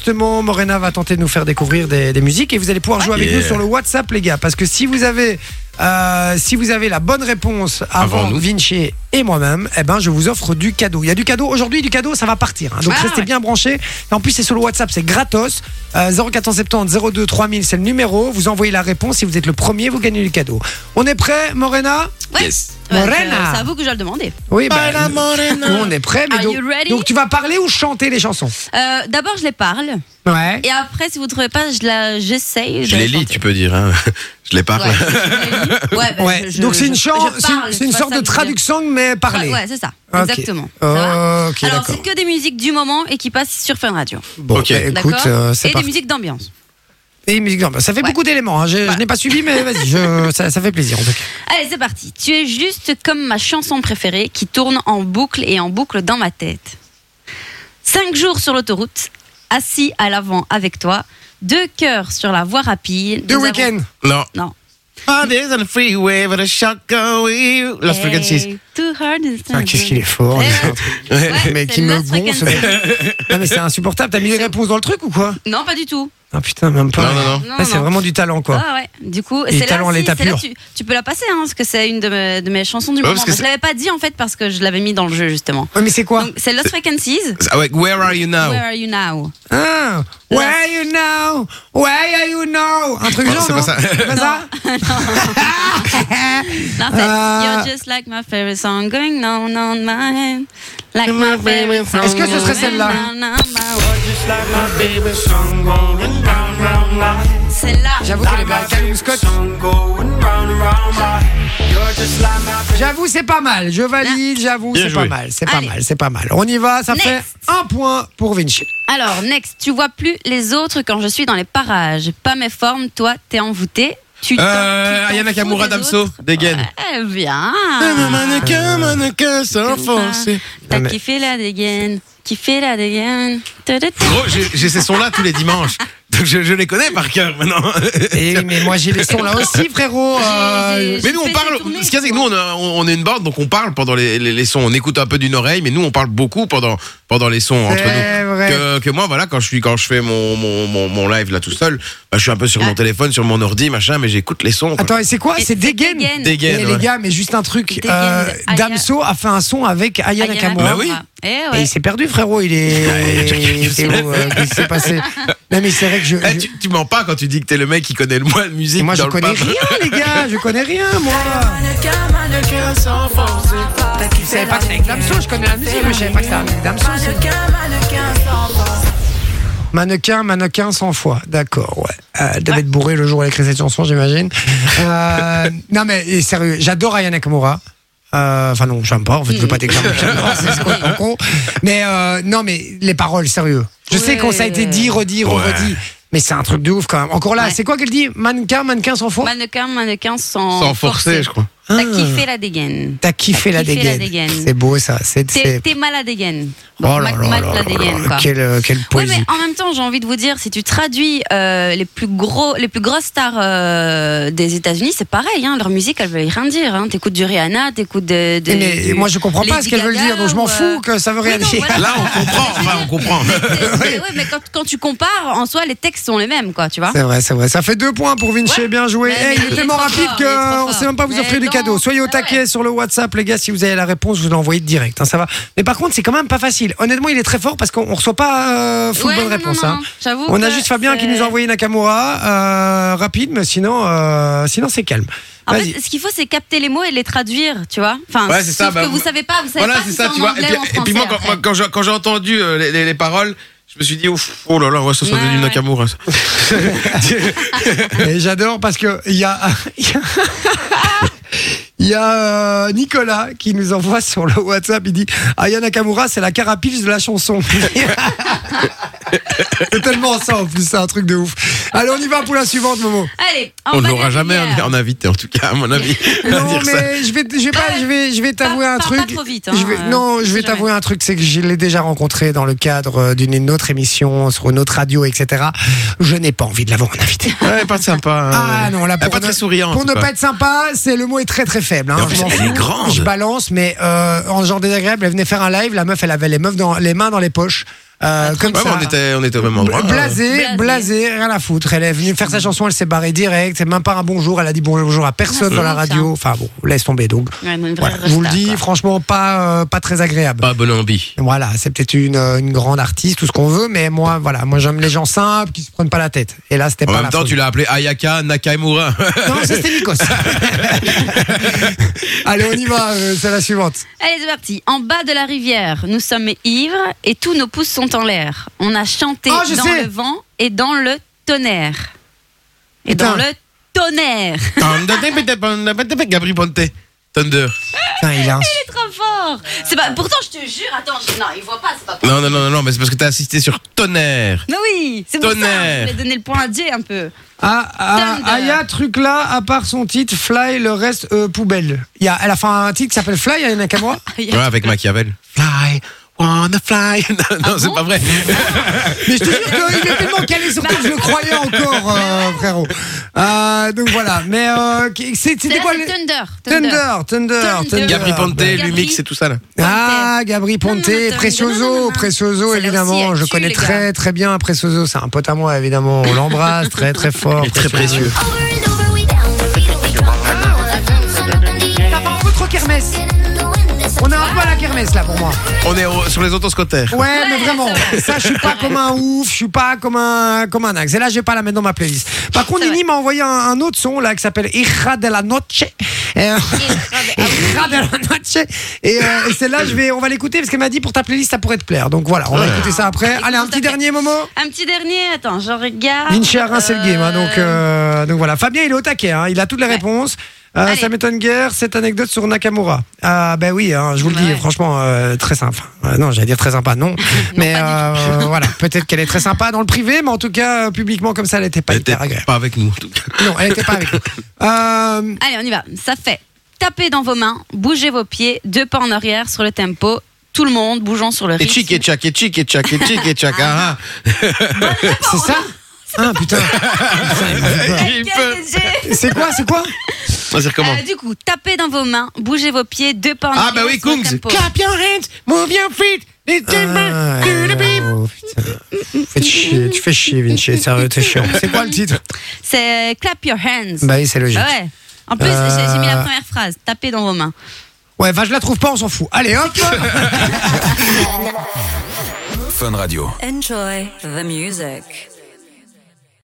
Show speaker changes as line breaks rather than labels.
justement, Morena va tenter de nous faire découvrir des, des musiques et vous allez pouvoir jouer avec
Yeah.
nous sur le WhatsApp, les gars. Parce que si vous avez, euh, si vous avez la bonne réponse avant,
Avant nous.
Vinci et moi-même, eh ben, je vous offre du cadeau. Il y a du cadeau aujourd'hui, du cadeau, ça va partir. hein. Donc
Ah,
restez
ouais.
bien branchés. Et en plus, c'est sur le WhatsApp, c'est gratos. Euh, 0470 02 3000, c'est le numéro. Vous envoyez la réponse. Si vous êtes le premier, vous gagnez du cadeau. On est prêt, Morena
Ouais.
Yes.
Ouais,
Morena.
C'est à vous que je vais le demander.
Oui, bah, on est prêt. Mais
Are
donc,
you ready
donc tu vas parler ou chanter les chansons
Euh, D'abord, je les parle.
Ouais.
Et après, si vous ne trouvez pas, je la- j'essaye.
Je les lis, tu peux dire. hein. Je les parle.
Ouais, je les lis. Ouais, bah,
Ouais.
je- je-
donc c'est une,
je-
chan-
je
c'est
parle,
une- c'est une
pas
sorte
ça
de
que je-
traduction, mais parlée.
Ouais, ouais, c'est ça.
Ok.
Exactement. Ça va
ok,
Alors,
d'accord.
c'est que des musiques du moment et qui passent sur Fun Radio.
Bon,
Ok.
bah,
D'accord
écoute, euh, c'est
Et des
parti.
musiques d'ambiance.
Et musique d'ambiance. Ça fait
Ouais. Bah.
beaucoup d'éléments. hein. Je, je
Voilà.
n'ai pas suivi, mais vas-y, je- ça, ça fait plaisir en tout cas.
Allez, c'est parti. Tu es juste comme ma chanson préférée qui tourne en boucle et en boucle dans ma tête. Cinq jours sur l'autoroute, assis à l'avant avec toi, deux cœurs sur la voie rapide.
The
nous avons-
Weeknd.
Non.
Non.
On is on the freeway with a shotgun with you. Lost
Hey,
frequencies.
Too hard. is-
Ah, Qu'est-ce qu'il est fort.
Eh ouais.
Ouais.
Ouais,
Mais
c'est
qui me
Lost
gonfle. ce
Frequencies.
mec. Non, mais c'est insupportable. T'as mis les réponses dans le truc ou quoi
Non, pas du tout.
Ah putain, même pas.
Non, non, non.
Non,
Ouais, c'est
non.
vraiment du talent quoi.
Ah ouais. Du coup,
Et
c'est là,
talent à
si,
l'état
c'est là
pur.
tu, tu peux la passer, hein, parce que c'est une de mes, de mes chansons du
Ouais,
moment.
parce que
Mais Je
c'est-
l'avais pas dit en fait parce que je l'avais mis dans le jeu justement.
Ouais, mais c'est quoi
Donc c'est Lost Frequencies.
Ah ouais, Where are you now?
Where are you now?
Ah, Where you know Where are you know Un truc
Non,
genre,
c'est
non
pas ça.
C'est pas ça
Non, c'est
Euh,
You're just like my favorite song going on on my head. Like my favorite song.
Est-ce que ce serait
going
celle-là
on on my head. Celle-là.
J'avoue qu'elle est pas Calum Scott. J'avoue, c'est pas mal. Je valide, j'avoue,
Bien
c'est pas
joué.
mal. C'est pas
Allez.
mal, c'est pas mal. On y va, ça
Next.
fait un point pour Vinci.
Alors, next, tu vois plus les autres quand je suis dans les parages. Pas mes formes, toi, t'es envoûté. Tu t'en- tu
Euh,
t'en
Ayana
fous
Kamura
des
Damso,
autres.
dégaine.
Eh bien.
Ah. Mannequin, mannequin, sans forcer.
T'as
Non, mais-
kiffé la dégaine. Kiffé la dégaine. Ta, ta,
Ah,
ta.
Gros, j'ai j'ai ces sons-là tous les dimanches. Donc je, je les connais par cœur maintenant.
Et oui, mais moi j'ai les sons là aussi, frérot. euh,
J'ai-
Mais nous, on
fait
parle.
des tournées,
Ce qu'il y a, c'est que
quoi.
nous, on, a- on- on est une bande, donc on parle pendant les, les- les sons. On écoute un peu d'une oreille, mais nous, on parle beaucoup pendant, pendant les sons entre
C'est
nous.
vrai.
Que, que moi, voilà, quand je, suis, quand je fais mon, mon, mon, mon live là tout seul, bah, je suis un peu
Ah.
sur mon téléphone, sur mon ordi, machin, mais j'écoute les sons. quoi.
Attends, et c'est quoi
Et
C'est Dégaine
Dégaine.
Dégaine,
Eh,
ouais.
les gars, mais juste un truc.
Dégaine,
euh,
Aya-
Damso a fait un son avec Aya
Ayana
Nakamura.
Bah oui.
Kamura. Eh ouais.
Et il s'est perdu, frérot. Il est.
Ouais,
C'est où, euh, Qu'est-ce qui s'est passé Non, mais c'est vrai que je.
Eh,
je-
tu, tu mens pas quand tu dis que t'es le mec qui connaît le moins de musique.
Et moi, je
dans le
connais
pub.
rien, les gars. Je connais rien, moi. Je savais pas que c'était avec Damso. Je connais la musique, mais je savais pas que c'était avec Damso. Mannequin, mannequin, 100 fois. D'accord, ouais. Euh, elle devait être bourré le jour où elle a écrit cette chanson, j'imagine. Euh, non, mais et sérieux, j'adore Aya Nakamura. Euh, Enfin non, j'aime pas, en fait, je veux pas déclarer que j'aime pas, c'est ce qu'on est con. Mais euh, non, mais les paroles, sérieux. Je sais
Ouais.
qu'on ça a été dit, redit,
Ouais.
redit. Mais c'est un truc de ouf quand même. Encore là,
Ouais.
c'est quoi qu'elle dit Mannequin, mannequin sans fois
Mannequin, mannequin sans.
Sans forcer, je crois.
T'as kiffé la dégaine.
Ah. T'as kiffé,
T'as
la,
kiffé la
dégaine.
dégaine.
C'est beau ça. C'est.
T'es
c'est-
t'es mal à dégaine.
Oh là
Mac-
là
Mac
là
la
là
dégaine,
là.
quoi.
Quelle, euh, quelle
Oui,
poésie.
mais en même temps, j'ai envie de vous dire, si tu traduis euh, les plus gros, les plus grosses stars euh, des États-Unis, c'est pareil. Hein, leur musique, elle veut rien dire. Hein. T'écoutes du Rihanna, t'écoutes de. de
Eh, mais
du
moi je comprends pas
Lady
ce qu'elles veulent
Gaga
dire, donc je
ou,
m'en
euh,
fous que ça veut
Oui,
rien
non,
dire.
voilà.
Là, on comprend. Enfin, on comprend.
C'est- c'est- ouais, mais quand, quand tu compares, en soi, les textes sont les mêmes, quoi, tu vois.
C'est vrai, c'est vrai. Ça fait deux points pour Vinci,
Ouais.
bien joué.
Mais
Eh,
il
il est
est
tellement
trop
rapide
fort, il est
qu'on
trop
ne
fort.
sait même pas vous
Mais
offrir du
non.
cadeau. Soyez au
Ah
taquet
ouais.
sur le WhatsApp, les gars, si vous avez la réponse, vous l'envoyez direct. hein, ça va. Mais par contre, c'est quand même pas facile. Honnêtement, il est très fort parce qu'on ne reçoit pas euh, full
Ouais,
bonne
non,
réponse.
non,
hein.
non. J'avoue
On a
que
juste Fabien qui
c'est-
nous a envoyé Nakamura. euh, rapide, mais sinon, euh, sinon c'est calme.
En
Vas-y.
fait, ce qu'il faut, c'est capter les mots et les traduire, tu vois. Enfin,
Ouais, c'est ça,
sauf
bah,
que vous savez pas, vous savez
voilà,
pas
c'est
si
ça,
en
tu vois. Et
anglais
puis,
ou en
et puis moi,
français,
quand,
après.
moi, quand je- quand j'ai entendu euh, les, les- les paroles, je me suis dit, ouf, oh là là, ouais, ça, ça
Ouais,
devenu
ouais.
Nakamura. ça.
Et j'adore parce que il y a. il y a- Il y a euh, Nicolas qui nous envoie sur le WhatsApp, il dit Aya Nakamura, c'est la carapace de la chanson. c'est tellement ça en plus, c'est un truc de ouf. Allez, on y va pour la suivante, Momo.
Allez, en
On
bas de
l'aura
la
jamais
rivière.
en, en invité, en tout cas, à mon avis. à
Non,
dire ça.
mais je vais, je vais pas, je vais, je vais t'avouer
Pas-
un
pas-
truc.
pas trop vite, hein,
je vais,
euh,
non,
on
je
sait
vais
jamais.
t'avouer un truc, c'est que je l'ai déjà rencontré dans le cadre euh, d'une autre émission, sur une autre radio, etc. Je n'ai pas envie de l'avoir en invité.
Ouais, pas sympa. hein.
Ah non, là,
Elle est
pour
pas
ne-
très souriante.
Pour ne
quoi.
pas être sympa, c'est le mot est très très faible. hein.
Et en plus,
Je m'en
elle
fous.
est grande.
Je balance, mais euh, en genre désagréable, elle venait faire un live. La meuf, elle avait les, meufs dans, les mains dans les poches. Euh, comme
Ah, Ouais,
ça.
mais on était, on était au même endroit.
Blasé, blasé,
Blasé.
rien à foutre. Elle est venue faire sa
Mm.
chanson, elle s'est barrée direct. C'est même pas un bonjour. Elle a dit bonjour à personne
Ouais,
dans la
c'est
radio. Enfin bon, laisse tomber donc.
Ouais, une vraie
Voilà, je vous le
resta,
dis,
quoi.
franchement, pas, euh, pas très agréable.
Pas bonne ambi.
Voilà, c'est peut-être une, euh, une grande artiste, tout ce qu'on veut, mais moi, voilà, moi j'aime les gens simples qui se prennent pas la tête. Et là, c'était
En
pas
même
la
temps,
faute.
tu l'as appelé Ayaka Nakamura.
Non, ça, c'était Nikos. Allez, on y va, euh, c'est la suivante.
Allez, c'est parti. En bas de la rivière, nous sommes ivres et tous nos pouces sont en l'air. On a chanté
Ah, je
dans
sais.
le vent et dans le tonnerre. Et
Putain.
dans le tonnerre.
Gabri Ponte. Thunder.
Putain, il a un-
C'est trop fort. C'est pas... Pourtant, je te jure, attends, je- non, il voit pas, c'est pas possible.
Non, non, non, non, non, mais c'est parce que t'as insisté sur tonnerre.
Mais oui, c'est pour ça.
Tonnerre.
Je vais donner le point à Jay un peu.
Ah, ah,
Thunder.
Aya, truc là, à part son titre, Fly, le reste, euh, poubelle. Il y a, elle a fait un titre qui s'appelle Fly, Aya Nakamura
Ouais, avec Machiavel. Fly, wanna fly. Non, non, c'est
bon
pas vrai.
Mais je te jure qu'il est tellement calé sur tout que je le croyais encore, euh, frérot. Euh, donc voilà, mais euh, qui- c'est-
C'est
c'était quoi le...
Thunder.
Thunder, Thunder,
Thunder.
Thunder.
Gabri Ponte,
Gabri-
Lumix et tout ça, là.
Ah, Gabri Ponte,
Non, non, non, non, non,
Precioso,
non.
Precioso,
Celle-là aussi,
évidemment.
elle
Je
tue,
connais
les gars.
très très bien Precioso. C'est un pote à moi, évidemment. On l'embrasse très très fort.
Il est très
Precioso.
précieux.
Over and over we down, we down, we down.
Ça part un peu trop kermesse. On est un peu à la kermesse là pour moi.
On est au- sur les autoscotaires.
Ouais, mais vraiment. Ça, je suis pas comme un ouf, je suis pas comme un, comme un axe. Et là, je vais pas la mettre dans ma playlist. Par contre,
C'est
Nini m'a envoyé un, un autre son là qui s'appelle Hija de la Noche. Et, euh,
Ah
Hija de la Noche. Et, euh, et celle-là, je vais, on va l'écouter parce qu'elle m'a dit pour ta playlist, ça pourrait te plaire. Donc voilà, on va
Ouais.
écouter ça après.
Écoute,
Allez, un
tout
petit
à fait.
dernier moment.
Un petit dernier, attends, je regarde.
Vinci a rincé le game, hein, donc, Ah. euh, donc voilà. Fabien, il est au taquet, hein, il a toutes les réponses. Euh,
Allez.
ça m'étonne guère, cette anecdote sur Nakamura. Ah ben oui, hein, je vous le
Bah
dis,
ouais.
franchement, euh, très sympa. Euh, non, j'allais dire très sympa, non. mais euh, voilà, peut-être qu'elle est très sympa dans le privé, mais en tout cas, euh, publiquement, comme ça, elle n'était pas
Elle était
hyper agréable.
pas avec nous, en tout cas.
Non, elle n'était pas avec nous. Euh,
Allez, on y va. Ça fait tapez dans vos mains, bougez vos pieds, deux pas en arrière sur le tempo. Tout le monde bougeant sur le
Et
rythme.
tchik, et tchak, et tchik, et tchak, et tchik, et tchak. ah,
c'est ça Ah putain.
ah. Il peut.
Euh,
C'est quoi, c'est quoi
Vas-y, recommence.
du coup, tapez dans vos mains, bougez vos pieds, deux pas en
Ah,
arrière
bah oui,
sur le
Kungs.
tempo.
your hands, move your feet, Ah,
back to the beat.
Fais oh, chier, tu fais chier, Vinci, sérieux, t'es chiant. C'est quoi le titre
C'est euh, clap your hands.
Bah oui, c'est logique.
Ah ouais. En plus,
Euh.
j'ai j'ai mis la première phrase. Tapez dans vos mains.
Ouais, va, je la trouve pas, on s'en fout. Allez, hop
Fun Radio.
Enjoy the music.